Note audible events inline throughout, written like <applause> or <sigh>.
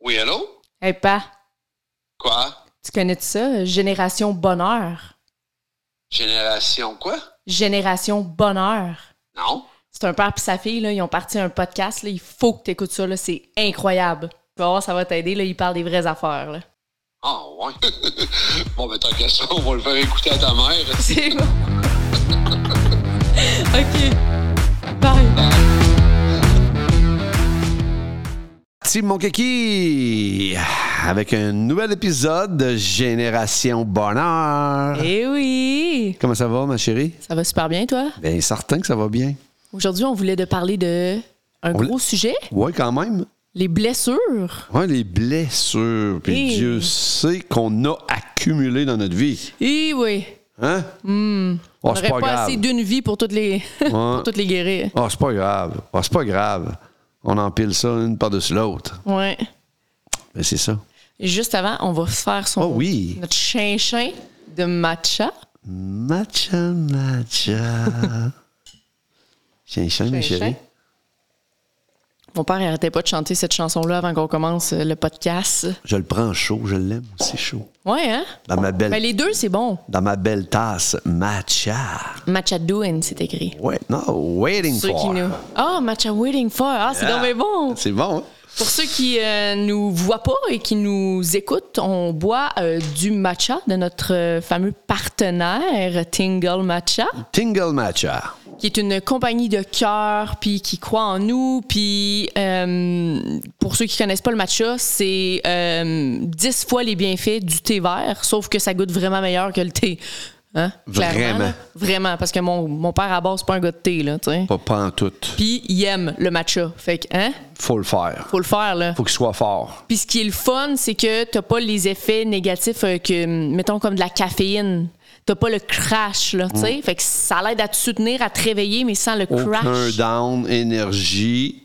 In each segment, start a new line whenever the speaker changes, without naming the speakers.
Oui, allô?
Hey, pas.
Quoi?
Tu connais -tu ça? euh, Génération Bonheur.
Génération quoi?
Génération Bonheur.
Non?
C'est un père et sa fille, là, ils ont parti un podcast. là, Il faut que tu écoutes ça, là, c'est incroyable. Tu vas voir, ça va t'aider. là, Ils parlent des vraies affaires. là. <laughs>
Ah, ouais. <laughs> bon, ben, tant qu'à ça, on va le faire écouter à ta mère.
C'est bon. <laughs> OK. Bye.
Team Mon Kiki, avec un nouvel épisode de Génération Bonheur.
Eh oui!
Comment ça va, ma chérie?
Ça va super bien, toi?
Bien, certain que ça va bien.
Aujourd'hui, on voulait te parler de un
On
gros sujet,
Oui, quand même.
les blessures.
Ouais, les blessures. Puis
Eh.
Dieu sait qu'on a accumulé dans notre vie.
Eh oui!
Hein? Oh,
Hmm. On
c'est
n'aurait
pas,
pas,
grave.
assez d'une vie pour toutes les, <laughs> pour toutes les guérir.
Oh, c'est pas grave. Oh, c'est pas grave. On empile ça une par-dessus l'autre.
Ouais.
Ben, c'est ça.
Et juste avant, on va se faire son,
Oh oui.
notre chinchin de matcha. <laughs>
Matcha, matcha. chien, chien, ma
Chinchin.
chérie.
Mon père n'arrêtait pas de chanter cette chanson-là avant qu'on commence euh, le podcast.
Je le prends chaud, je l'aime aussi chaud.
Ouais, hein?
Dans ma belle,
Mais les deux, c'est bon.
dans ma belle tasse matcha.
Matcha doing, c'est écrit.
Wait, no, waiting
Ceux qui
for.
nous. Ah, matcha waiting for. Ah, c'est
Yeah.
donc bien bon.
C'est bon, hein?
Pour ceux qui euh, nous voient pas et qui nous écoutent, on boit euh, du matcha de notre euh, fameux partenaire Tingle Matcha,
Tingle matcha.
qui est une compagnie de cœur, puis qui croit en nous, puis euh, pour ceux qui connaissent pas le matcha, c'est euh, 10 fois les bienfaits du thé vert, sauf que ça goûte vraiment meilleur que le thé. Hein? Clairement,
Vraiment.
là. Vraiment, parce que mon, mon père à base, c'est pas un gars de thé, là, tu sais.
Pas pantoute.
Puis il aime le matcha. Fait que, hein?
Faut le faire.
Faut le faire, là.
Faut qu'il soit fort.
Puis ce qui est le fun, c'est que t'as pas les effets négatifs euh, que, hum, mettons, comme de la caféine. T'as pas le crash, là, tu sais. Fait que ça l'aide à te soutenir, à te réveiller, mais sans le
Aucun
crash. Hmm.
down, énergie,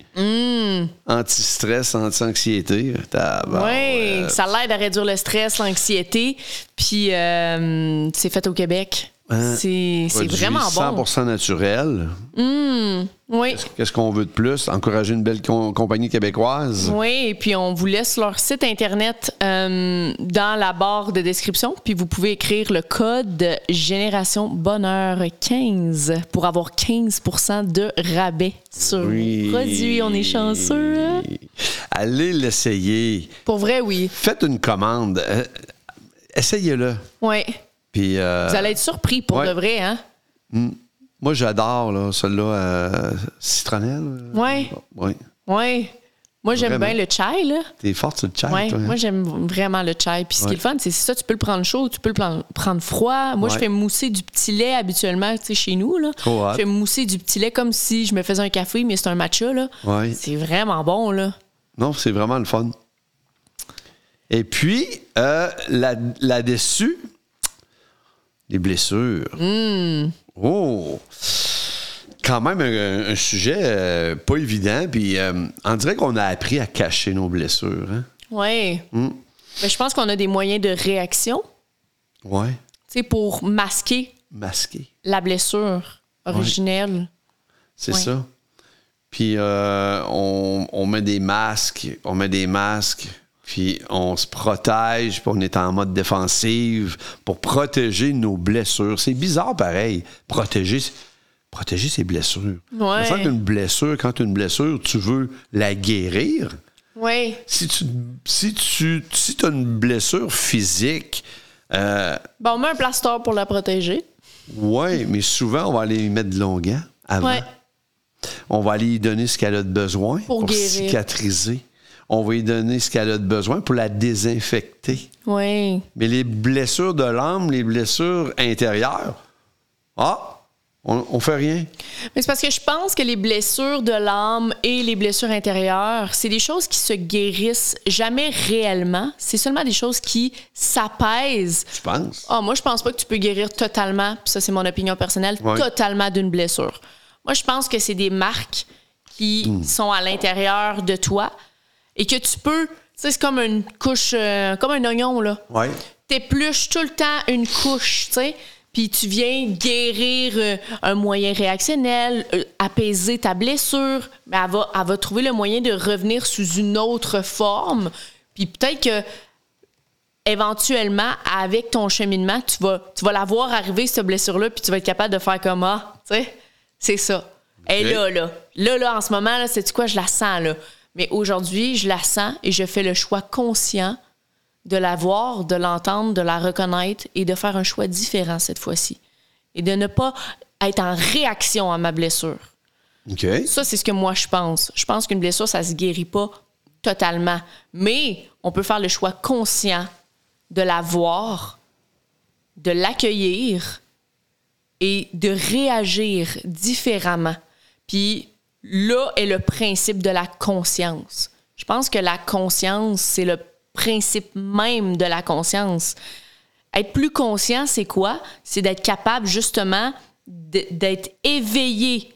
anti-stress, anti-anxiété. Tabarnak. euh,
Oui, ça l'aide à réduire le stress, l'anxiété. Puis euh, c'est fait au Québec.
Hein?
C'est c'est
Produit
vraiment bon.
100% naturel.
Oui.
Qu'est-ce qu'on veut de plus? Encourager une belle com- compagnie québécoise?
Oui, et puis on vous laisse leur site internet euh, dans la barre de description, puis vous pouvez écrire le code Génération Bonheur 15 pour avoir 15 de rabais sur vos produits. On est chanceux. hein?
Allez l'essayer.
Pour vrai, oui.
Faites une commande. Euh, Essayez-le.
Oui.
Puis, euh,
Vous allez être surpris pour
ouais.
de vrai, hein?
moi, j'adore là, celle-là, euh, citronnelle.
Oui.
Oui.
Oui. Moi, j'aime
Vraiment.
bien le chai, là.
T'es forte sur le chat,
Ouais,
toi, hein?
moi j'aime vraiment le chai. Puis ce qui est le fun, c'est ça, tu peux le prendre chaud, tu peux le plan- prendre froid. Moi, je
Ouais.
fais mousser du petit lait habituellement, tu sais, chez nous. Là.
Trop hot.
Je fais mousser du petit lait comme si je me faisais un café, mais c'est un matcha, là.
Ouais.
C'est vraiment bon, là.
Non, c'est vraiment le fun. Et puis, euh, là- là-dessus, les blessures.
Hmm.
Oh! Quand même un, un sujet euh, pas évident. Puis, euh, on dirait qu'on a appris à cacher nos blessures. Hein?
Oui. Mais je pense qu'on a des moyens de réaction,
Ouais.
tu sais, pour masquer
Masqué.
la blessure originelle.
C'est
Ouais.
ça. Puis euh, on, on met des masques, on met des masques, puis on se protège, puis on est en mode défensive pour protéger nos blessures. C'est bizarre pareil, protéger, protéger ses blessures.
Ouais.
Quand une blessure, quand une blessure, tu veux la guérir.
Oui.
Si tu si tu si as une blessure physique, euh,
Bon, on met un plaster pour la protéger.
ouais, mais souvent on va aller y mettre de l'onguent avant.
Ouais.
On va aller lui donner ce qu'elle a de besoin
Pour guérir.
cicatriser. On va lui donner ce qu'elle a de besoin pour la désinfecter.
Oui.
Mais les blessures de l'âme, les blessures intérieures, ah, on, on fait rien.
Mais c'est parce que je pense que les blessures de l'âme et les blessures intérieures, c'est des choses qui se guérissent jamais réellement. C'est seulement des choses qui s'apaisent.
Je pense.
Ah, moi, je pense pas que tu peux guérir totalement, puis ça, c'est mon opinion personnelle,
Ouais.
totalement d'une blessure. Moi, je pense que c'est des marques qui sont à l'intérieur de toi et que tu peux. Tu sais, c'est comme une couche, euh, comme un oignon, là
Oui.
t'épluches tout le temps une couche, tu sais. Puis tu viens guérir euh, un moyen réactionnel, euh, apaiser ta blessure, mais elle va, elle va trouver le moyen de revenir sous une autre forme. Puis peut-être que éventuellement, avec ton cheminement, tu vas, tu vas la voir arriver, cette blessure-là, puis tu vas être capable de faire comme Ah, tu sais, c'est ça. Elle est là, là. Là, là, en ce moment, là, c'est quoi, je la sens, là. Mais aujourd'hui, je la sens et je fais le choix conscient de la voir, de l'entendre, de la reconnaître et de faire un choix différent cette fois-ci. Et de ne pas être en réaction à ma blessure.
OK.
Ça, c'est ce que moi, je pense. Je pense qu'une blessure, ça se guérit pas totalement. Mais on peut faire le choix conscient de la voir, de l'accueillir et de réagir différemment. Puis là est le principe de la conscience. Je pense que la conscience, c'est le principe même de la conscience. Être plus conscient, c'est quoi? C'est d'être capable justement de- d'être éveillé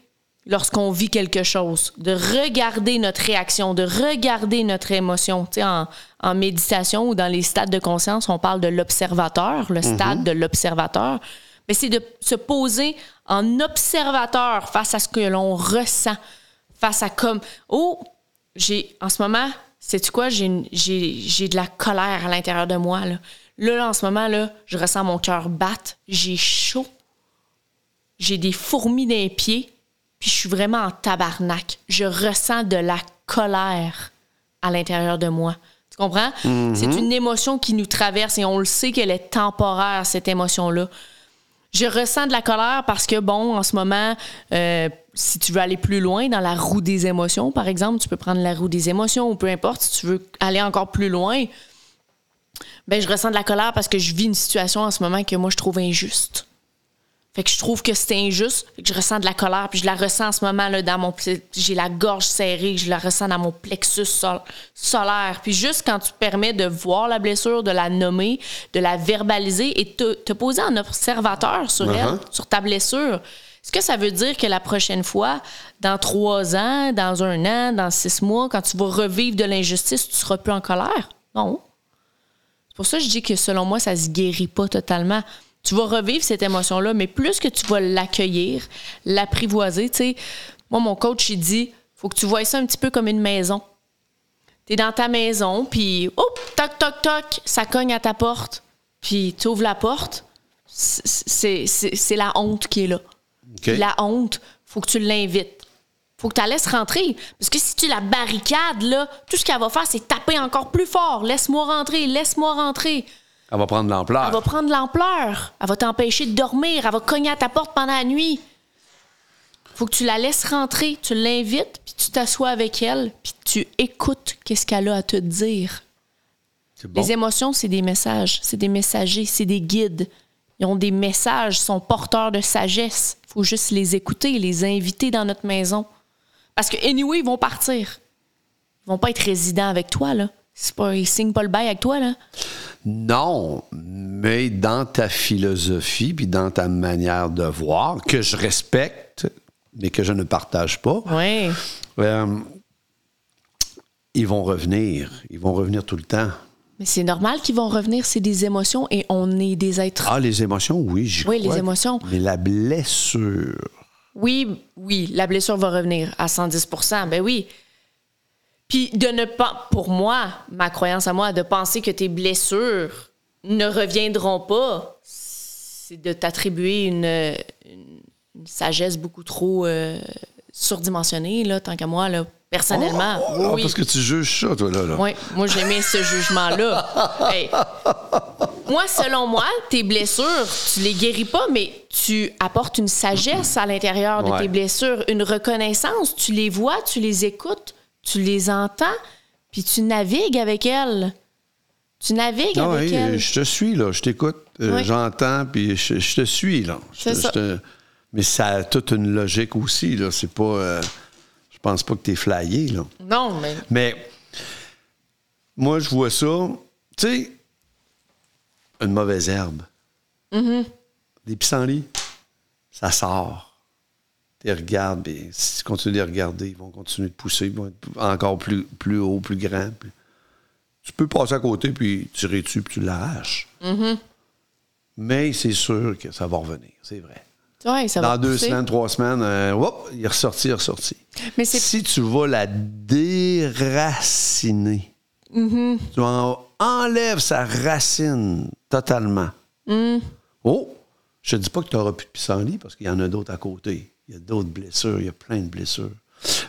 lorsqu'on vit quelque chose, de regarder notre réaction, de regarder notre émotion. Tu sais, en, en méditation ou dans les stades de conscience, on parle de l'observateur, le stade de l'observateur. Mais c'est de se poser en observateur face à ce que l'on ressent, face à comme, oh, j'ai en ce moment, sais-tu quoi, j'ai une- j'ai j'ai de la colère à l'intérieur de moi. Là. Là, là, en ce moment, là, je ressens mon cœur battre, j'ai chaud, j'ai des fourmis dans les pieds, puis je suis vraiment en tabarnak. Je ressens de la colère à l'intérieur de moi. Tu comprends? C'est une émotion qui nous traverse et on le sait qu'elle est temporaire, cette émotion-là je ressens de la colère parce que, bon, en ce moment, euh, si tu veux aller plus loin dans la roue des émotions, par exemple, tu peux prendre la roue des émotions ou peu importe, si tu veux aller encore plus loin, ben, je ressens de la colère parce que je vis une situation en ce moment que moi, je trouve injuste. Fait que je trouve que c'est injuste, fait que je ressens de la colère, puis je la ressens en ce moment là dans mon pl- j'ai la gorge serrée, je la ressens dans mon plexus sol- solaire. Puis juste quand tu te permets de voir la blessure, de la nommer, de la verbaliser et te, te poser en observateur sur
Uh-huh.
elle, sur ta blessure. Est-ce que ça veut dire que la prochaine fois, dans trois ans, dans un an, dans six mois, quand tu vas revivre de l'injustice, tu seras plus en colère? Non. C'est pour ça que je dis que selon moi, ça se guérit pas totalement. Tu vas revivre cette émotion-là, mais plus que tu vas l'accueillir, l'apprivoiser, tu sais, moi, mon coach, il dit, faut que tu vois ça un petit peu comme une maison. Tu es dans ta maison, puis, oh, toc, toc, toc, ça cogne à ta porte, puis tu ouvres la porte, c'est- c'est c'est- c'est la honte qui est là.
OK.
La honte, faut que tu l'invites. Faut que tu la laisses rentrer. Parce que si tu la barricades, là, tout ce qu'elle va faire, c'est taper encore plus fort. Laisse-moi rentrer, laisse-moi rentrer.
Elle va prendre de l'ampleur.
Elle va prendre de l'ampleur. Elle va t'empêcher de dormir. Elle va cogner à ta porte pendant la nuit. Faut que tu la laisses rentrer. Tu l'invites, puis tu t'assois avec elle, puis tu écoutes qu'est-ce qu'elle a à te dire.
C'est bon.
Les émotions, c'est des messages, c'est des messagers, c'est des guides. Ils ont des messages, sont porteurs de sagesse. faut juste les écouter, les inviter dans notre maison. Parce que, anyway, ils vont partir. Ils vont pas être résidents avec toi, là. C'est pas, ils signent pas le bail avec toi, là.
Non, mais dans ta philosophie puis dans ta manière de voir, que je respecte, mais que je ne partage pas,
Oui.
euh, ils vont revenir. Ils vont revenir tout le temps.
Mais c'est normal qu'ils vont revenir, c'est des émotions et on est des êtres.
Ah, les émotions, oui, j'y
Oui, les
crois.
émotions.
Mais la blessure.
Oui, oui, la blessure va revenir à 110 ben oui. Puis de ne pas, pour moi, ma croyance à moi, de penser que tes blessures ne reviendront pas, c'est de t'attribuer une, une- une sagesse beaucoup trop euh, surdimensionnée, là, tant qu'à moi, là, personnellement.
Oh, oh,
Ah, oui.
Parce que tu juges ça, toi, là. là.
Oui, moi j'aimais ce jugement-là. Hey. Moi, selon moi, tes blessures, tu les guéris pas, mais tu apportes une sagesse à l'intérieur de
Ouais.
tes blessures, une reconnaissance. Tu les vois, tu les écoutes, tu les entends, puis tu navigues avec elles. Tu navigues
Ah
avec
oui,
elles.
je te suis, là. Je t'écoute, euh,
Oui.
j'entends, puis je, je te suis, là. Je
C'est
te-
ça.
je te- Mais ça a toute une logique aussi, là. C'est pas... euh, Je pense pas que t'es flyé, là.
Non, mais
Mais moi, je vois ça, tu sais, une mauvaise herbe. Des pissenlits, ça sort. Tu les regardes, puis si tu continues de les regarder, ils vont continuer de pousser, ils vont être p- encore plus, plus haut, plus grand. puis Tu peux passer à côté, puis tirer dessus, puis tu l'arraches. Mais c'est sûr que ça va revenir, c'est vrai.
ouais, ça va
Dans deux
pousser.
semaines, trois semaines, euh, hop, il est ressorti, il est ressorti.
Mais c'est
Si tu vas la déraciner,
Mm-hmm.
Tu en- enlèves sa racine totalement.
Mm.
Oh, je te dis pas que tu n'auras plus de pissenlit parce qu'il y en a d'autres à côté. Il y a d'autres blessures, il y a plein de blessures.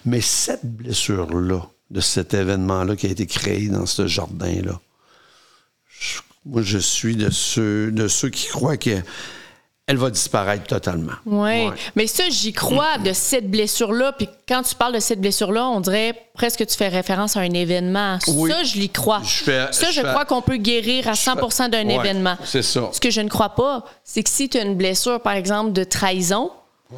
Mais cette blessure-là, de cet événement-là qui a été créé dans ce jardin-là, je- moi, je suis de ceux, de ceux qui croient qu'elle va disparaître totalement.
Oui.
Ouais.
Mais ça, j'y crois de cette blessure-là. Puis quand tu parles de cette blessure-là, on dirait presque que tu fais référence à un événement.
Oui.
Ça, je l'y crois.
Je fais-
ça,
je
je
fais-
crois qu'on peut guérir à 100 d'un
Ouais,
événement.
c'est ça.
Ce que je ne crois pas, c'est que si tu as une blessure, par exemple, de trahison,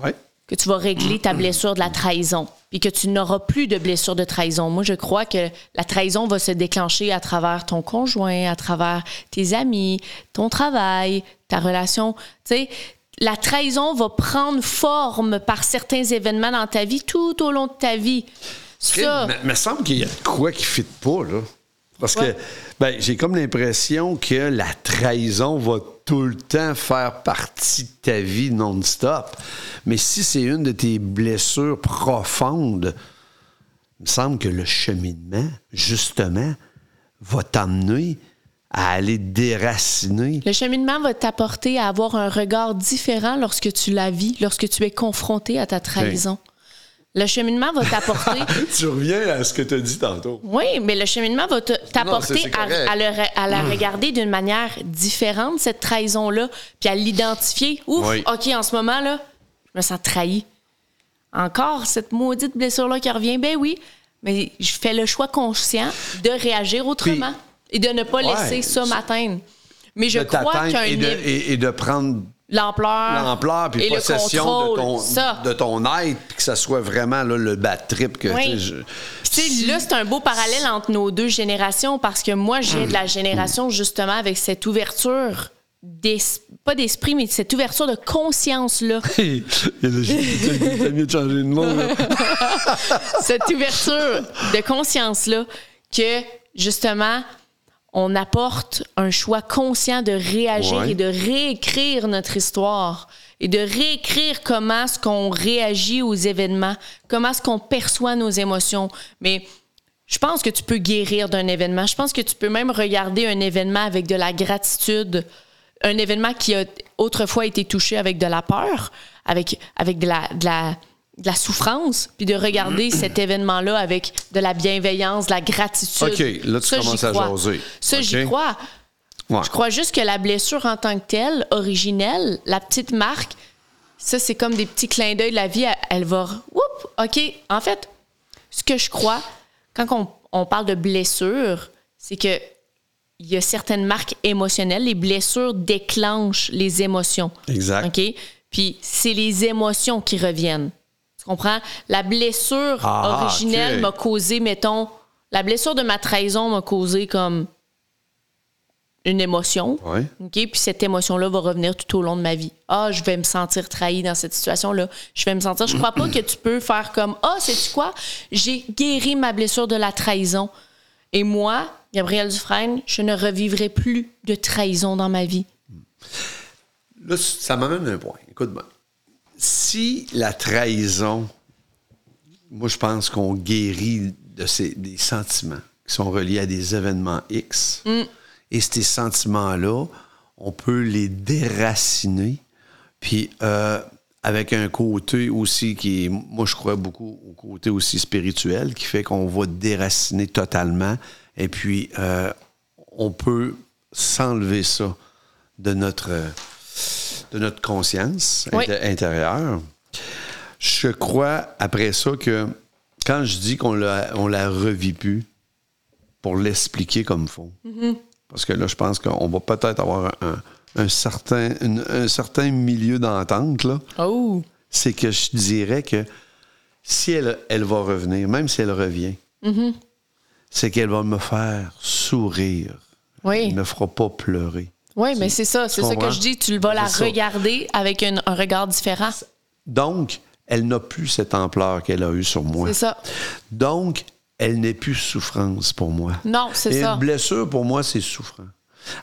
Ouais.
que tu vas régler ta blessure de la trahison et que tu n'auras plus de blessure de trahison. Moi, je crois que la trahison va se déclencher à travers ton conjoint, à travers tes amis, ton travail, ta relation. Tu sais, la trahison va prendre forme par certains événements dans ta vie tout au long de ta vie. Ça,
Mais me semble qu'il y a de quoi qui ne fit pas, là. Parce
Pourquoi?
que ben, j'ai comme l'impression que la trahison va tout le temps faire partie de ta vie non-stop. Mais si c'est une de tes blessures profondes, il me semble que le cheminement, justement, va t'amener à aller déraciner.
le cheminement va t'apporter à avoir un regard différent lorsque tu la vis, lorsque tu es confronté à ta trahison. Le cheminement va t'apporter
Tu reviens à ce que tu as dit tantôt.
Oui, mais le cheminement va te-
c'est-
t'apporter
c'est
à,
correct.
à le re- à la
Hmm.
regarder d'une manière différente, cette trahison-là, puis à l'identifier. Ouf,
Oui.
OK, en ce moment-là, je me sens trahi. Encore cette maudite blessure-là qui revient. Ben oui, mais je fais le choix conscient de réagir autrement et de ne pas
Ouais,
laisser ça
c'est-
m'atteindre. Mais je
De
crois
t'atteindre
qu'un
et de,
éve-
et- et de prendre
l'ampleur
l'ampleur puis
Ah. et
possession
le
de
contrôle,
ton,
ça.
de ton être puis que ça soit vraiment là, le bad trip que
Oui.
tu sais, je- <laughs>
Puis, tu sais,
Si-
là, c'est un beau parallèle entre nos deux générations parce que moi, j'ai de la génération justement avec cette ouverture, d'es- pas d'esprit, mais cette ouverture de conscience-là.
Il y a des gens qui disent que t'as mieux de changer de nom.
<laughs>
là.
cette ouverture de conscience-là que justement, on apporte un choix conscient de réagir
Ouais.
et de réécrire notre histoire et de réécrire comment est-ce qu'on réagit aux événements, comment est-ce qu'on perçoit nos émotions. Mais je pense que tu peux guérir d'un événement. Je pense que tu peux même regarder un événement avec de la gratitude, un événement qui a autrefois été touché avec de la peur, avec, avec de, la, de, la, de la souffrance, puis de regarder
Mm-hmm.
cet événement-là avec de la bienveillance, de la gratitude.
OK, là,
j'y
tu commences à
crois.
jaser.
Ça, j'y
OK.
crois.
Ouais.
Je crois juste que la blessure en tant que telle, originelle, la petite marque, ça, c'est comme des petits clins d'œil de la vie. Elle, elle va. Oups, OK. En fait, ce que je crois, quand on, on parle de blessure, c'est que il y a certaines marques émotionnelles. Les blessures déclenchent les émotions.
Exact.
OK? Puis c'est les émotions qui reviennent. Tu comprends? La blessure
Ah,
originelle
OK.
m'a causé, mettons, la blessure de ma trahison m'a causé comme une émotion.
Ouais.
OK? Puis cette émotion-là va revenir tout au long de ma vie. Ah, je vais me sentir trahi dans cette situation-là. Je vais me sentir. Je crois pas que tu peux faire comme Ah, sais-tu quoi? J'ai guéri ma blessure de la trahison. Et moi, Gabrielle Dufresne, je ne revivrai plus de trahison dans ma vie.
Là, ça m'amène à un point. Écoute-moi. Si la trahison, moi, je pense qu'on guérit de ces, des sentiments qui sont reliés à des événements X. Et ces sentiments-là, on peut les déraciner. Puis, euh, avec un côté aussi qui est, moi, je crois beaucoup au côté aussi spirituel, qui fait qu'on va déraciner totalement. Et puis, euh, on peut s'enlever ça de notre euh, de notre conscience
Oui.
inté- intérieure. Je crois après ça que quand je dis qu'on la, on la revit plus, pour l'expliquer comme fond.
Mm-hmm.
Parce que là, je pense qu'on va peut-être avoir un, un certain, une- un certain milieu d'entente, là.
Oh!
C'est que je dirais que si elle, elle va revenir, même si elle revient,
Mm-hmm.
c'est qu'elle va me faire sourire.
Oui.
Elle ne me fera pas pleurer.
Oui, mais c'est ça, c'est ça
comprends?
que je dis. Tu vas la
C'est ça.
regarder avec une- un regard différent.
Donc, elle n'a plus cette ampleur qu'elle a eue sur moi.
C'est ça.
Donc, elle n'est plus souffrance pour moi.
Non, Mm, c'est
Et
ça.
Une blessure, pour moi, c'est souffrant.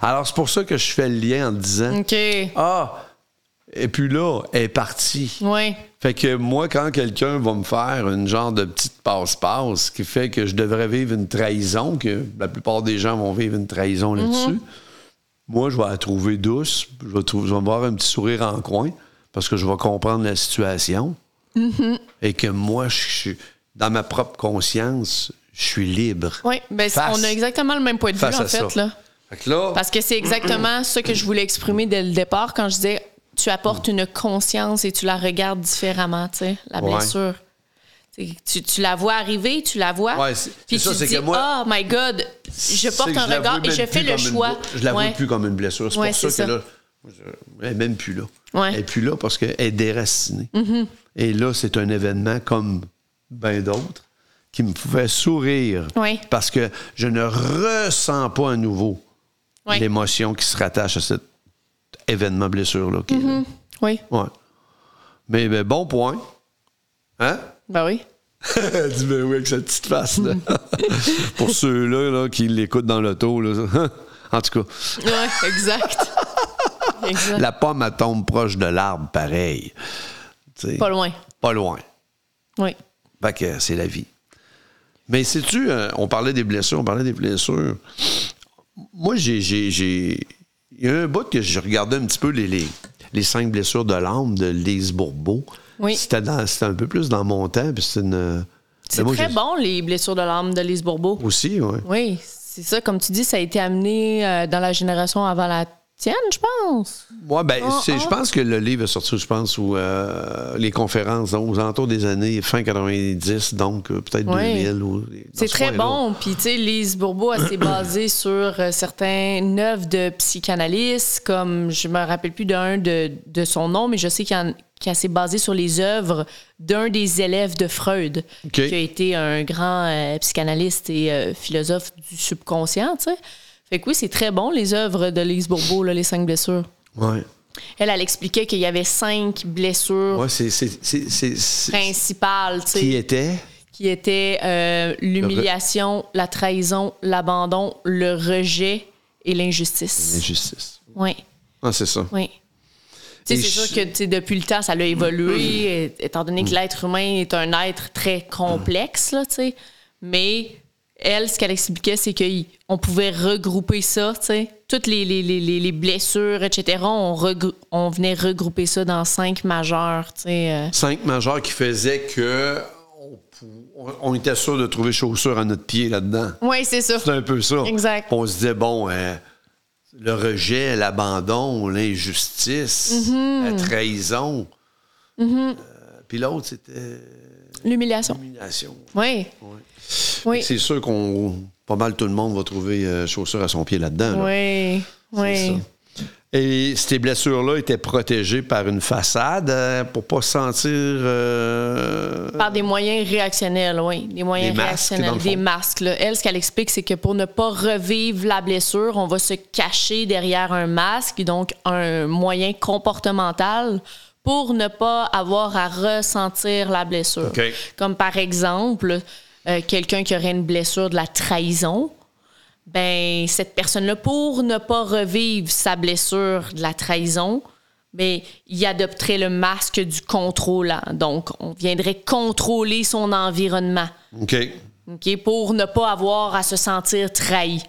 Alors, c'est pour ça que je fais le lien en disant
OK.
Ah, Et puis là, elle est partie.
Oui.
Fait que moi, quand quelqu'un va me faire une genre de petite passe-passe qui fait que je devrais vivre une trahison, que la plupart des gens vont vivre une trahison là-dessus,
Mhm.
moi, je vais la trouver douce. Je vais, trou- je vais me voir un petit sourire en coin parce que je vais comprendre la situation.
Mhm.
Et que moi, je suis dans ma propre conscience, je suis libre.
Oui, ben, c-
Face-
on a exactement le même point de vue,
face
en
à
fait.
ça.
Là.
Fait que là,
Parce que c'est exactement ce que je voulais exprimer dès le départ quand je disais tu apportes une conscience et tu la regardes différemment, tu sais, la
Ouais.
blessure. Tu, tu- tu la vois arriver, tu la vois.
Ouais, c'est-
puis
c'est ça,
tu te
c'est
dis,
que moi-
oh my God, je
c'est
porte
que
un
je la
regard
vois
et je
même
fais
plus
le
comme une
choix.
bou- je la
Ouais.
vois plus comme une blessure. C'est
Ouais,
pour ça que
c'est ça.
là, je- elle est même plus là.
Ouais. Mm-hmm.
Elle est plus là parce qu'elle est déracinée. Et là, c'est un événement comme bien d'autres qui me pouvait sourire
Ouais.
parce que je ne ressens pas à nouveau
Ouais.
l'émotion qui se rattache à cet événement blessure-là. qui est
Mm-hmm.
là.
Oui,
Ouais. Mais ben, bon point. Hein?
ben oui.
Elle <laughs> dit ben oui avec sa petite face. là. <laughs> Pour ceux-là là, qui l'écoutent dans l'auto. là. <laughs> en tout cas,
Ouais, exact. <laughs> exact.
la pomme, elle tombe proche de l'arbre, pareil. Tu sais,
Pas loin.
Pas loin. Ben
Oui.
Fait que c'est la vie. Mais sais-tu, euh, on parlait des blessures, on parlait des blessures. Moi, j'ai. j'ai- j'ai- Il y a un bout que je regardais un petit peu les, les, les cinq blessures de l'âme de Lise Bourbeau.
Oui.
C'était dans- c'était un peu plus dans mon temps, puis c'est une.
C'est
Mais moi,
très
j'ai-
bon, les blessures de l'âme de Lise Bourbeau.
Aussi, oui.
Oui, c'est ça. Comme tu dis, ça a été amené euh, dans la génération avant la tienne, je pense.
Ouais, ben,
Ah,
c'est-
ah.
je pense que le livre est sorti, je pense, ou euh, les conférences, donc, aux alentours des années fin 90, donc euh, peut-être
Ouais.
2000. ou- dans
C'est
ce
très
coin-là.
bon. Puis, tu sais, Lise Bourbeau, elle s'est
<clears throat>
basée sur euh, certaines œuvres de psychanalystes, comme je me rappelle plus d'un de, de son nom, mais je sais qu'elle qu'elle s'est basée sur les œuvres d'un des élèves de Freud,
OK.
qui a été un grand euh, psychanalyste et euh, philosophe du subconscient, tu sais. Fait que oui, c'est très bon, les œuvres de Lise Bourbeau, là, les cinq blessures.
Ouais.
Elle, elle expliquait qu'il y avait cinq blessures
Ouais, c'est- c'est- c'est- c'est-
Ben,
c'est-
principales, tu sais.
Qui était?
qui était euh, l'humiliation, la trahison, l'abandon, le rejet et l'injustice.
L'injustice.
Oui,
Ah, c'est ça.
oui. Tu
Et
sais, C'est
je- Mm.
sûr que tu sais, depuis le temps, ça a
<clears throat>
évolué, et- étant donné que l'être humain est un être très complexe, là, tu sais. Mais elle, ce qu'elle expliquait, c'est qu'on pouvait regrouper ça, tu sais. Toutes les, les- les- les- les blessures, etc., on, regrou- on venait regrouper ça dans cinq majeurs, tu sais. euh.
Cinq majeurs qui faisaient que on, pou- on- on était sûr de trouver chaussures à notre pied là-dedans.
Oui, c'est ça.
C'est un peu ça.
Exact.
Puis On se disait, bon, euh, le rejet, l'abandon, l'injustice,
Mhm.
la trahison. Euh, puis l'autre, c'était
L'humiliation.
l'humiliation.
Oui. Oui.
C'est sûr qu'on. Pas mal tout le monde va trouver euh, chaussures à son pied là-dedans. là.
Oui,
C'est
oui.
ça. Et ces blessures-là étaient protégées par une façade euh, pour pas sentir. euh,
Par des moyens réactionnels, oui. Des moyens
Des masques, dans
réactionnels,
le fond.
des masques. là. Elle, ce qu'elle explique, c'est que pour ne pas revivre la blessure, on va se cacher derrière un masque, donc un moyen comportemental pour ne pas avoir à ressentir la blessure.
OK.
Comme par exemple, euh, quelqu'un qui aurait une blessure de la trahison, ben cette personne-là, pour ne pas revivre sa blessure de la trahison, ben, il adopterait le masque du contrôlant. Donc, on viendrait contrôler son environnement
OK.
ok, pour ne pas avoir à se sentir trahi.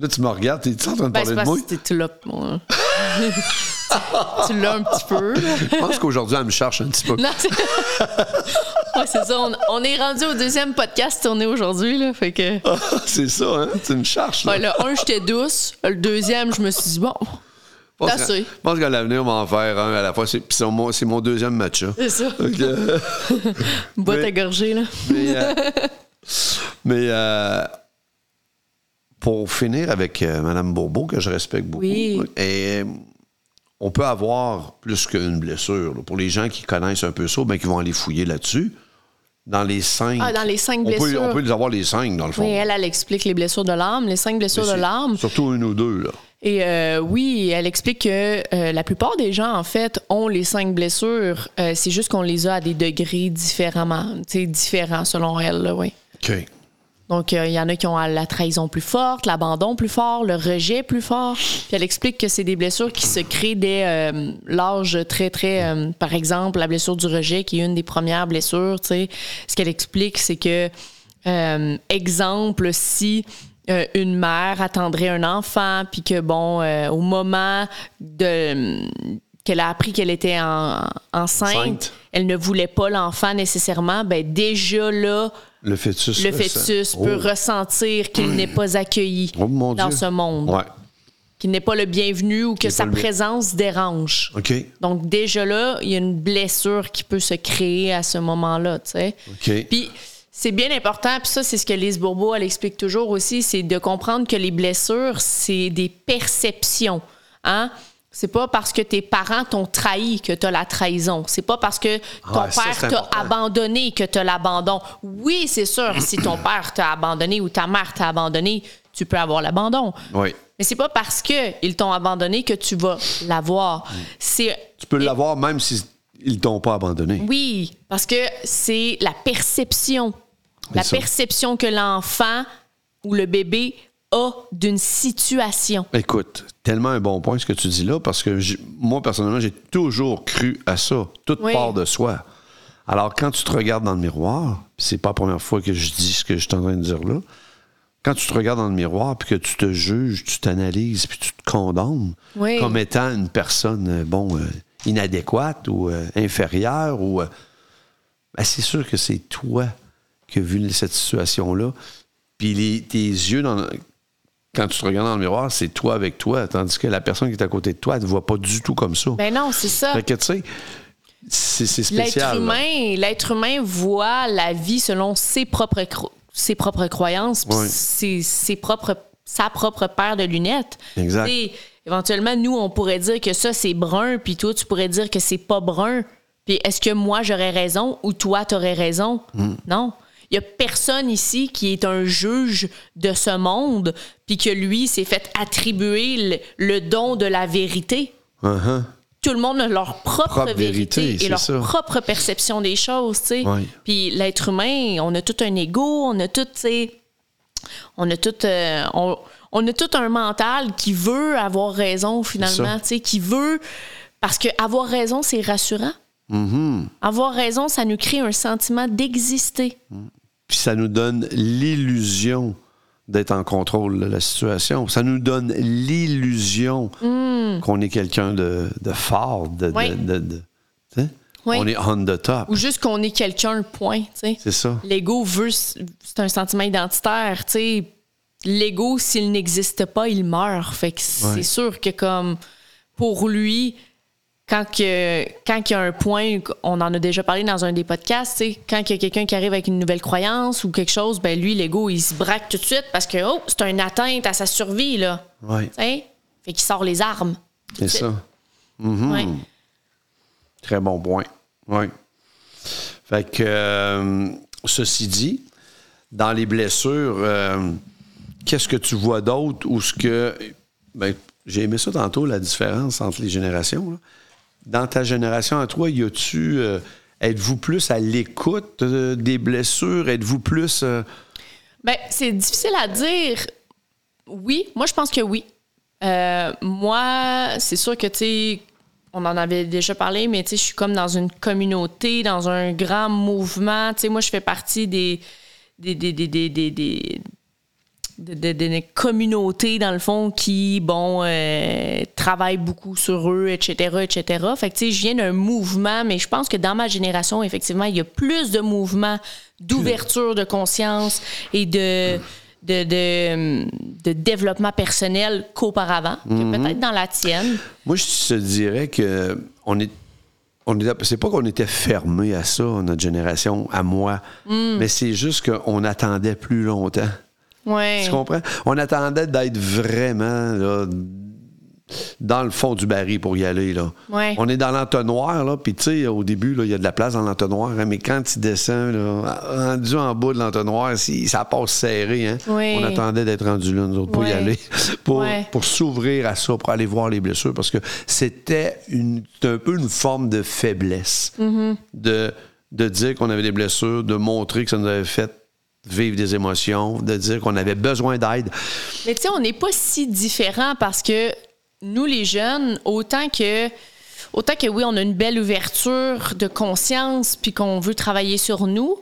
Là, tu me regardes, t'es en train de
Ben,
parler
c'est
de
parce
moi?
que t'es- tu l'as. moi. tu l'as un petit peu. là.
Je pense qu'aujourd'hui, elle me cherche un petit peu.
<laughs> Non, c'est... Ouais, c'est ça. On, on est rendu au deuxième podcast tourné aujourd'hui. Là, fait que...
c'est ça, hein? Tu me cherches, là.
Ouais, le un, j'étais douce. Le deuxième, je me suis dit, bon,
Je pense
t'as
qu'à-
su.
Je pense qu'à l'avenir, on va en faire un à la fois. C'est puis c'est mon, c'est mon deuxième match. hein.
c'est ça. <laughs>
Donc, euh,
Boîte
Mais-
à gorgée, là.
mais euh, mais, euh, pour finir avec euh, Mme Bourbeau, que je respecte beaucoup,
Oui.
et, euh, on peut avoir plus qu'une blessure. là. Pour les gens qui connaissent un peu ça, ben, qui vont aller fouiller là-dessus, dans les cinq.
Ah, dans les cinq
on peut-
blessures.
on peut les avoir les cinq, dans le fond.
Mais elle, elle explique les blessures de l'âme, les cinq blessures
Mais
de
c'est
l'âme.
Surtout une ou deux, là.
Et euh, oui, elle explique que euh, la plupart des gens, en fait, ont les cinq blessures. Euh, c'est juste qu'on les a à des degrés différemment, tu sais, différents selon elle, là, oui.
OK.
Donc, euh, il y en a qui ont la trahison plus forte, l'abandon plus fort, le rejet plus fort. Puis elle explique que c'est des blessures qui se créent dès euh, l'âge très, très... euh, par exemple, la blessure du rejet, qui est une des premières blessures, tu sais. Ce qu'elle explique, c'est que, euh, exemple, si... euh, une mère attendrait un enfant, puis que, bon, euh, au moment de qu'elle a appris qu'elle était en- enceinte,
Enceinte.
elle ne voulait pas l'enfant nécessairement, ben déjà là,
Le fœtus.
le
là, ça-
fœtus peut
Oh.
ressentir qu'il n'est pas accueilli
Oh, mon
dans
Dieu.
ce monde,
Ouais.
qu'il n'est pas le bienvenu ou que
n'est
sa
pas le bien-
présence dérange.
OK.
Donc déjà là, il y a une blessure qui peut se créer à ce moment-là, tu sais.
OK.
Puis c'est bien important, puis ça, c'est ce que Lise Bourbeau, elle explique toujours aussi, c'est de comprendre que les blessures, c'est des perceptions. Hein? C'est pas parce que tes parents t'ont trahi que t'as la trahison. C'est pas parce que ton
Ah, ça, c'est
père t'a
important.
abandonné que t'as l'abandon. Oui, c'est sûr, <clears throat> si ton père t'a abandonné ou ta mère t'a abandonné, tu peux avoir l'abandon.
oui.
Mais c'est pas parce que ils t'ont abandonné que tu vas l'avoir.
Mm.
C'est
Tu peux l'avoir même s'ils ne t'ont pas abandonné.
oui, parce que c'est la perception. La
C'est ça.
perception que l'enfant ou le bébé a d'une situation.
Écoute, tellement un bon point ce que tu dis là, parce que j- moi, personnellement, j'ai toujours cru à ça. Toute
Oui.
part de soi. Alors, quand tu te regardes dans le miroir, puis c'est pas la première fois que je dis ce que je suis en train de dire là, quand tu te regardes dans le miroir, puis que tu te juges, tu t'analyses, puis tu te condamnes
Oui.
comme étant une personne, euh, bon, euh, inadéquate ou euh, inférieure, ou... euh, ben, c'est sûr que c'est toi qui as vu cette situation-là. Puis les- tes yeux, dans, quand tu te regardes dans le miroir, c'est toi avec toi, tandis que la personne qui est à côté de toi, elle ne te voit pas du tout comme ça.
Ben non, c'est ça.
fait que, tu sais, c'est c'est
L'être
spécial. là.
humain, l'être humain voit la vie selon ses propres, cro- ses propres croyances, puis
Oui.
ses, ses propres, sa propre paire de lunettes.
Exact.
Tu sais, éventuellement, nous, on pourrait dire que ça, c'est brun, puis toi, tu pourrais dire que c'est pas brun. Puis est-ce que moi, j'aurais raison ou toi, t'aurais raison?
Hmm.
Non. Il y a personne ici qui est un juge de ce monde, puis que lui s'est fait attribuer le- le don de la vérité
Uh-huh.
tout le monde a leur propre,
Propre
vérité,
vérité, c'est
et leur
ça.
propre perception des choses, tu sais.
Ouais.
Puis l'être humain, on a tout un ego, on a tout, tu sais, on a tout, euh, on, on a tout un mental qui veut avoir raison finalement,
ça.
tu sais, qui veut parce que avoir raison c'est rassurant.
Mm-hmm.
Avoir raison, ça nous crée un sentiment d'exister.
Puis ça nous donne l'illusion d'être en contrôle de la situation. Ça nous donne l'illusion qu'on est quelqu'un de, de fort, de... de-
Mm. Oui.
de- de- tu sais?
Oui.
On est on the top.
Ou juste qu'on est quelqu'un, point, tu sais.
C'est ça.
L'ego veut, c'est un sentiment identitaire, tu sais. L'ego, s'il n'existe pas, il meurt. Fait que c'est
Ouais.
sûr que comme pour lui, quand, que, quand il y a un point, on en a déjà parlé dans un des podcasts, tu sais, quand il y a quelqu'un qui arrive avec une nouvelle croyance ou quelque chose, ben lui, l'ego, il se braque tout de suite parce que oh, c'est une atteinte à sa survie, là.
Oui,
Tu sais? Fait qu'il sort les armes. tout de
c'est
suite.
ça.
Ouais.
Très bon point. Oui. Fait que, euh, ceci dit, dans les blessures, euh, qu'est-ce que tu vois d'autre ou ce que. ben, j'ai aimé ça tantôt, la différence entre les générations. là. Dans ta génération à toi, y a-tu. euh, Êtes-vous plus à l'écoute euh, des blessures? Êtes-vous plus. euh,
Ben, c'est difficile à dire. Oui, moi, je pense que oui. Euh, moi, c'est sûr que, tu sais, on en avait déjà parlé, mais tu sais, je suis comme dans une communauté, dans un grand mouvement. Tu sais, moi, je fais partie des. des, des, des, des, des- des- de- de- de- des communautés, dans le fond, qui, bon, euh, travaillent beaucoup sur eux, etc., etc. Fait que, tu sais, je viens d'un mouvement, mais je pense que dans ma génération, effectivement, il y a plus de mouvements, d'ouverture de conscience et de... De, de, de développement personnel qu'auparavant, que peut-être dans la tienne.
Moi, je te dirais que on est. On est c'est pas qu'on était fermé à ça, notre génération, à moi,
Mm.
mais c'est juste qu'on attendait plus longtemps.
Ouais.
Tu comprends? On attendait d'être vraiment là, dans le fond du baril pour y aller. Là.
Ouais.
On est dans l'entonnoir, là, puis tu sais, au début, là, il y a de la place dans l'entonnoir, hein, mais quand tu descends, là, rendu en bas de l'entonnoir, si, ça passe serré. hein.
Oui.
On attendait d'être rendu là, nous autres, pour y
Ouais.
aller, pour,
Ouais.
pour s'ouvrir à ça, pour aller voir les blessures, parce que c'était une, c'était un peu une forme de
Mm-hmm.
faiblesse de, de dire qu'on avait des blessures, de montrer que ça nous avait fait vivre des émotions, de dire qu'on avait besoin d'aide.
Mais tu sais, on n'est pas si différents parce que nous, les jeunes, autant que. Autant que oui, on a une belle ouverture de conscience puis qu'on veut travailler sur nous,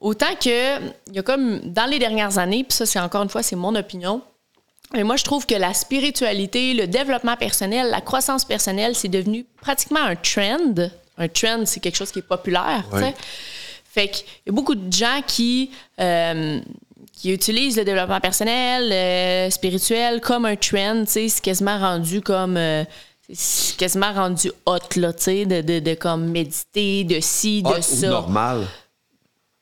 autant que il y a comme dans les dernières années, puis ça c'est encore une fois c'est mon opinion, mais moi je trouve que la spiritualité, le développement personnel, la croissance personnelle, c'est devenu pratiquement un trend. Un trend, c'est quelque chose qui est populaire, tu sais.
Ouais.
Fait qu'il y a beaucoup de gens qui, euh, qui utilisent le développement personnel, euh, spirituel, comme un trend, tu sais, c'est quasiment rendu comme... euh, c'est quasiment rendu hot, là, tu sais, de, de, de comme méditer, de ci, de
Hot Ah, ou
ça.
normal.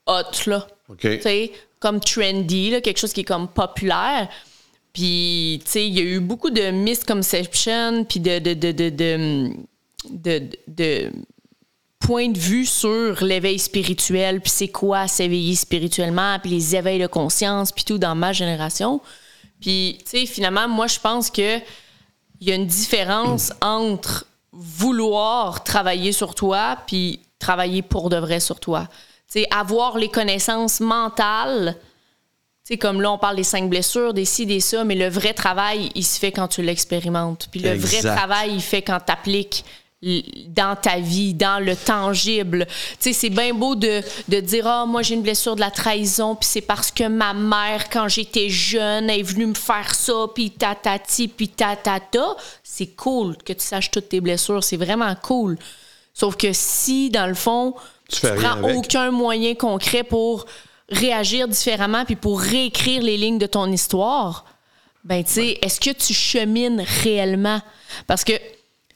Hot, là.
OK.
Tu sais, comme trendy, là, quelque chose qui est comme populaire. Puis, tu sais, il y a eu beaucoup de misconceptions, puis de, de, de, de, de, de, de points de vue sur l'éveil spirituel, puis c'est quoi s'éveiller spirituellement, puis les éveils de conscience, puis tout dans ma génération. Puis, tu sais, finalement, moi, je pense que il y a une différence entre vouloir travailler sur toi puis travailler pour de vrai sur toi. Tu sais, avoir les connaissances mentales, tu sais, comme là, on parle des cinq blessures, des ci, des ça, mais le vrai travail, il se fait quand tu l'expérimentes. Puis le
Exact.
vrai travail, il fait quand tu appliques dans ta vie, dans le tangible. Tu sais, c'est bien beau de, de dire « Ah, moi, j'ai une blessure de la trahison, puis c'est parce que ma mère, quand j'étais jeune, est venue me faire ça, puis tatati, puis tatata. » C'est cool que tu saches toutes tes blessures. C'est vraiment cool. Sauf que si, dans le fond, tu,
Tu fais rien
prends
avec.
aucun moyen concret pour réagir différemment puis pour réécrire les lignes de ton histoire, ben tu sais, est-ce que tu chemines réellement Parce que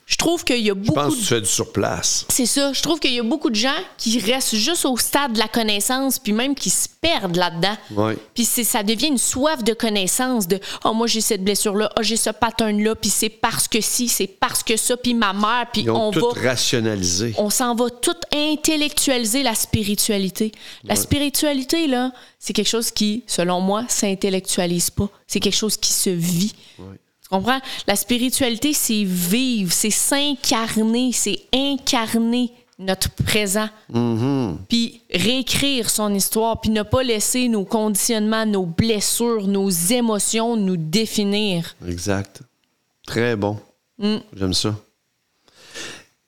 je trouve qu'il y a
Je pense
beaucoup de
que tu fais du surplace.
c'est ça. Je trouve qu'il y a beaucoup de gens qui restent juste au stade de la connaissance, puis même qui se perdent là-dedans.
Ouais.
Puis c'est- ça devient une soif de connaissance, de « Oh, moi, j'ai cette blessure-là. Oh, j'ai ce pattern-là. Puis c'est parce que si, c'est parce que ça. Puis ma mère, puis
Ils ont
on
tout
va... »
rationalisé.
on s'en va tout intellectualiser la spiritualité. La spiritualité, là, c'est quelque chose qui, selon moi, s'intellectualise pas. C'est quelque chose qui se vit. Tu comprends? La spiritualité, c'est vivre, c'est s'incarner, c'est incarner notre présent. Puis réécrire son histoire, puis ne pas laisser nos conditionnements, nos blessures, nos émotions nous définir.
Exact. Très bon. J'aime ça.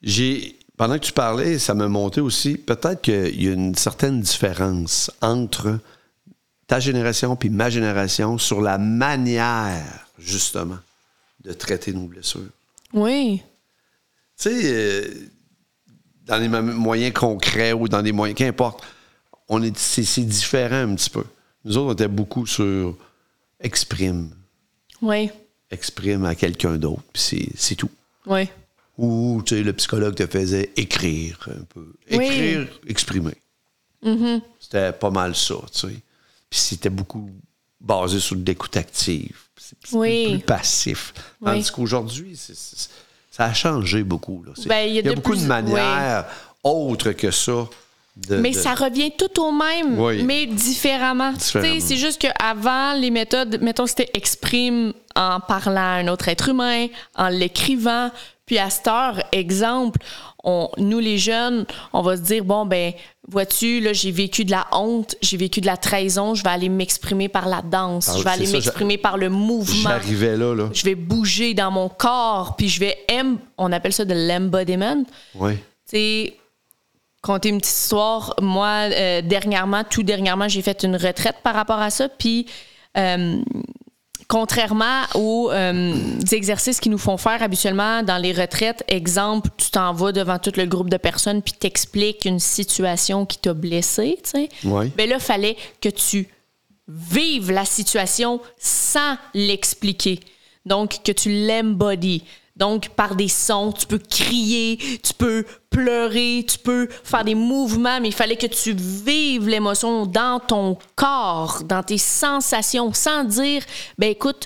J'ai. Pendant que tu parlais, ça me montait aussi. Peut-être qu'il y a une certaine différence entre ta génération puis ma génération sur la manière, justement, de traiter nos blessures.
Oui.
tu sais, euh, dans les mêmes moyens concrets ou dans des moyens, qu'importe, on est, c'est, c'est différent un petit peu. Nous autres, on était beaucoup sur exprime,
Oui.
exprime à quelqu'un d'autre, puis c'est, c'est tout.
Oui.
Ou, tu sais, le psychologue te faisait écrire un peu.
Oui. Mm-hmm.
Écrire, exprimer. C'était pas mal ça, tu sais. Puis c'était beaucoup basé sur de l'écoute active. C'est, c'est
Oui.
plus passif. Tandis
Oui.
qu'aujourd'hui, c'est- c'est- ça a changé beaucoup. là. C'est-
Ben, il y a de
beaucoup
plus-
de manières autres que ça. de-
Mais
de-
ça revient tout au même,
Oui.
mais différemment. Tu
Différemment.
sais, C'est juste qu'avant, les méthodes, mettons, c'était exprime en parlant à un autre être humain, en l'écrivant. Puis à cette heure, exemple, on, nous les jeunes, on va se dire, bon, ben, vois-tu, là, j'ai vécu de la honte, j'ai vécu de la trahison, je vais aller m'exprimer par la danse,
Par-
je vais aller
Ah, c'est ça,
m'exprimer par le mouvement
J'arrivais là, là.
je vais bouger dans mon corps, puis je vais em- on appelle ça de l'embodiment.
Oui.
Tu sais, compter une petite histoire, moi, euh, dernièrement, tout dernièrement, j'ai fait une retraite par rapport à ça, puis euh, contrairement aux euh, exercices qu'ils nous font faire habituellement dans les retraites, exemple, tu t'en vas devant tout le groupe de personnes, puis t'expliques une situation qui t'a blessé, tu sais.
Ouais.
Ben là, fallait que tu vives la situation sans l'expliquer. Donc, que tu l'embodies. Donc, par des sons, tu peux crier, tu peux pleurer, tu peux faire des mouvements, mais il fallait que tu vives l'émotion dans ton corps, dans tes sensations, sans dire, ben écoute,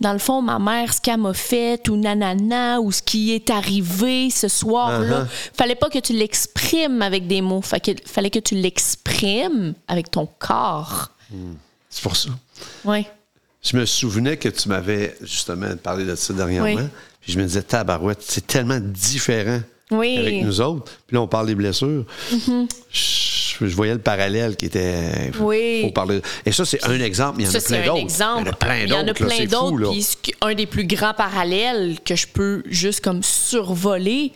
dans le fond, ma mère, ce qu'elle m'a fait, ou nanana, ou ce qui est arrivé ce soir-là,
Uh-huh.
fallait pas que tu l'exprimes avec des mots, Fait que- fallait que tu l'exprimes avec ton corps.
C'est pour ça.
Oui.
Je me souvenais que tu m'avais justement parlé de ça dernièrement.
Oui.
Puis je me disais, tabarouette, c'est tellement différent
Oui. Mhm.
avec nous autres. Puis là, on parle des blessures. Je- je, je voyais le parallèle qui était.
Oui.
faut parler. Et ça, c'est un exemple. Il y en
Ça,
a
c'est
plein
un
d'autres.
exemple.
Il y en a plein d'autres. là, c'est fou, là.
Puis ce qui- un des plus grands parallèles que je peux juste comme survoler,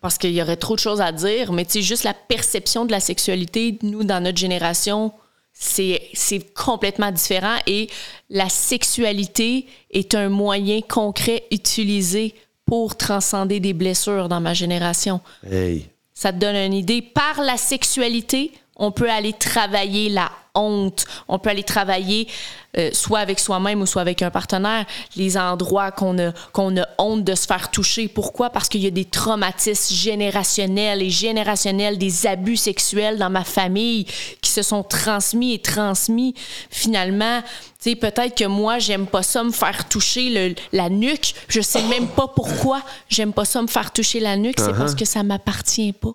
parce qu'il y aurait trop de choses à dire, mais tu sais, juste la perception de la sexualité, nous, dans notre génération, c'est c'est complètement différent. Et la sexualité est un moyen concret utilisé pour transcender des blessures dans ma génération.
Hey.
Ça te donne une idée. Par la sexualité, on peut aller travailler la honte. On peut aller travailler euh, soit avec soi-même ou soit avec un partenaire les endroits qu'on a, qu'on a honte de se faire toucher. Pourquoi? Parce qu'il y a des traumatismes générationnels et générationnels, des abus sexuels dans ma famille qui se sont transmis et transmis. Finalement, tu sais, peut-être que moi, j'aime pas ça me faire toucher le- la nuque. Je sais même pas pourquoi j'aime pas ça me faire toucher la nuque. C'est
Uh-huh.
parce que que ça m'appartient pas.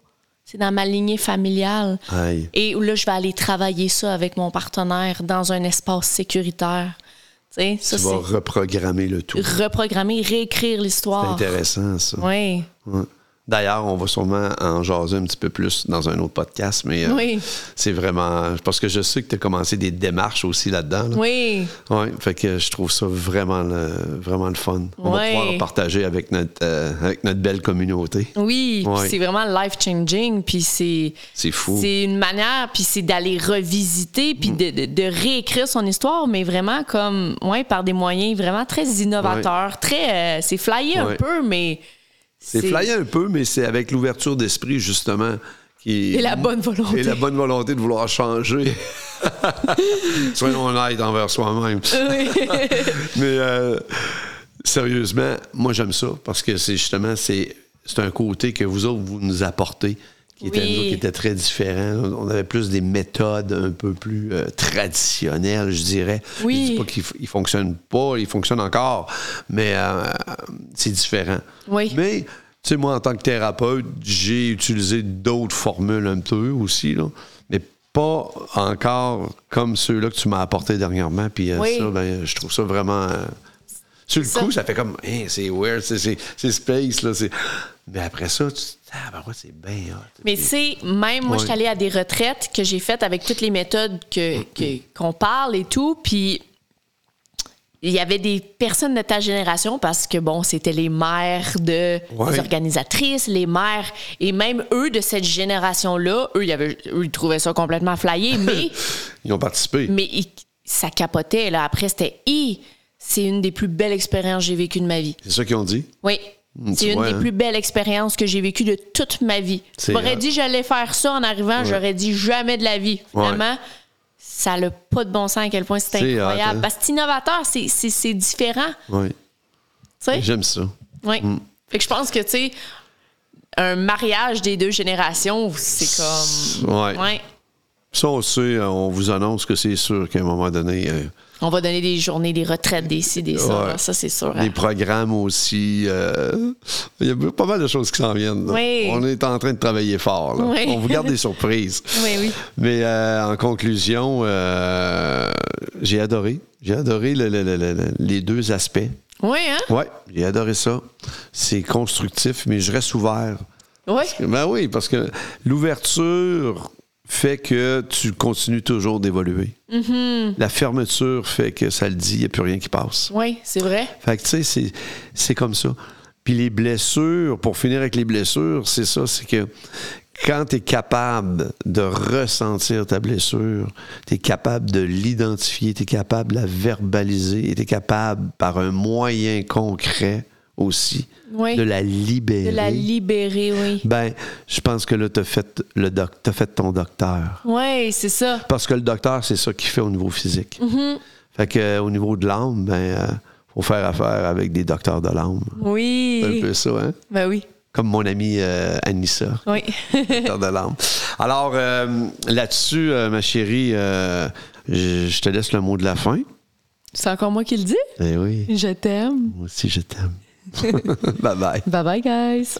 C'est dans ma lignée familiale.
Aïe.
Et là, je vais aller travailler ça avec mon partenaire dans un espace sécuritaire. Tu sais, ça,
Tu vas
c'est
reprogrammer le tout.
reprogrammer, réécrire
C'est
l'histoire.
intéressant, ça.
Oui.
Ouais. D'ailleurs, on va sûrement en jaser un petit peu plus dans un autre podcast, mais euh,
Oui.
c'est vraiment. Parce que je sais que tu as commencé des démarches aussi là-dedans. là.
Oui.
Ouais, fait que je trouve ça vraiment le, vraiment le fun. On
Ouais.
va pouvoir le partager avec notre, euh, avec notre belle communauté.
Oui, puis
Ouais.
c'est vraiment life-changing, puis c'est...
C'est fou. Mm.
C'est une manière, puis c'est d'aller revisiter, puis de, de- de réécrire son histoire, mais vraiment comme, ouais, par des moyens vraiment très innovateurs, très... euh, c'est flyé un
Ouais.
peu, mais...
C'est flyé un peu, mais c'est avec l'ouverture d'esprit, justement. Qui...
Et la bonne volonté.
Et la bonne volonté de
<laughs>
vouloir changer. Soyons honnêtes envers soi-même. <laughs> mais euh, sérieusement, moi, j'aime ça parce que c'est justement, c'est c'est un côté que vous autres, vous nous apportez qui était,
Oui.
nous autres, qui était très différent. On avait plus des méthodes un peu plus euh, traditionnelles, je dirais.
Oui.
Je dis pas qu'ils f- ils fonctionnent pas, ils fonctionnent encore, mais euh, c'est différent.
Oui.
Mais, tu sais, moi, en tant que thérapeute, j'ai utilisé d'autres formules un peu aussi, là, mais pas encore comme ceux-là que tu m'as apportés dernièrement. Puis euh,
Oui.
ça, ben, je trouve ça vraiment. euh, sur le
Ça-
coup, ça fait comme, Hein, c'est weird, c'est- c'est c'est space, là. c'est- Mais après ça, tu ah, ben ouais, c'est bien hot.
Mais tu sais, même moi, je suis
Ouais.
allée à des retraites que j'ai faites avec toutes les méthodes que, que- qu'on parle et tout. Puis il y avait des personnes de ta génération parce que, bon, c'était les mères de,
Ouais.
des organisatrices, les mères, et même eux de cette génération-là, eux, ils avaient- eux, ils trouvaient ça complètement flyé,
<laughs>
mais
Ils ont participé.
mais il- ça capotait. Là. Après, c'était Hi! C'est une des plus belles expériences que j'ai vécues de ma vie.
C'est ça qu'ils ont dit.
Oui.
Mm,
C'est
tu
une
vois,
des
hein.
plus belles expériences que j'ai vécues de toute ma vie.
C'est
J'aurais
vrai.
dit j'allais faire ça en arrivant, j'aurais dit jamais de la vie.
Ouais.
Finalement, ça n'a pas de bon sens à quel point c'est
C'est hot,
incroyable.
hein.
Parce que c'est innovateur, c'est- c'est c'est différent.
Oui.
Tu sais?
J'aime ça.
Oui.
Mm.
Fait que je pense que, tu sais, un mariage des deux générations, c'est comme.
Ouais.
Ouais.
Ça, on sait, euh, on vous annonce que c'est sûr qu'à un moment donné, euh,
On va donner des journées, des retraites, des ci, des ça.
Ouais.
là. Ça, c'est sûr.
les programmes aussi, euh, il y a pas mal de choses qui s'en viennent. là.
Oui.
On est en train de travailler fort. là.
Oui.
On vous garde des surprises.
<laughs> Oui, oui.
Mais euh, en conclusion, euh, j'ai adoré. J'ai adoré le- le- le- le- les deux aspects.
Oui, hein?
Oui, j'ai adoré ça. C'est constructif, mais je reste ouvert.
Oui.
Ben oui, parce que l'ouverture fait que tu continues toujours d'évoluer.
Mm-hmm.
La fermeture fait que ça le dit, il n'y a plus rien qui passe.
Oui, c'est vrai.
Fait que tu sais, c'est- c'est comme ça. Puis les blessures, pour finir avec les blessures, c'est ça, c'est que quand tu es capable de ressentir ta blessure, tu es capable de l'identifier, tu es capable de la verbaliser, tu es capable, par un moyen concret aussi,
Oui.
de la libérer.
De la libérer, oui.
Ben, je pense que là, t'as fait, le doc, t'as fait ton docteur.
Oui, c'est ça.
Parce que le docteur, c'est ça qu'il fait au niveau physique. Fait que, euh, au niveau de l'âme, ben, euh, faut faire affaire avec des docteurs de l'âme.
Oui.
C'est un peu ça, hein?
Ben oui.
Comme mon amie euh, Anissa,
Oui.
docteur de <laughs> l'âme. Alors, euh, là-dessus, euh, ma chérie, euh, je je te laisse le mot de la fin.
<laughs> C'est encore moi qui le dis.
Eh oui,
Je t'aime.
<laughs> moi aussi, je t'aime. bye bye.
Bye bye, guys.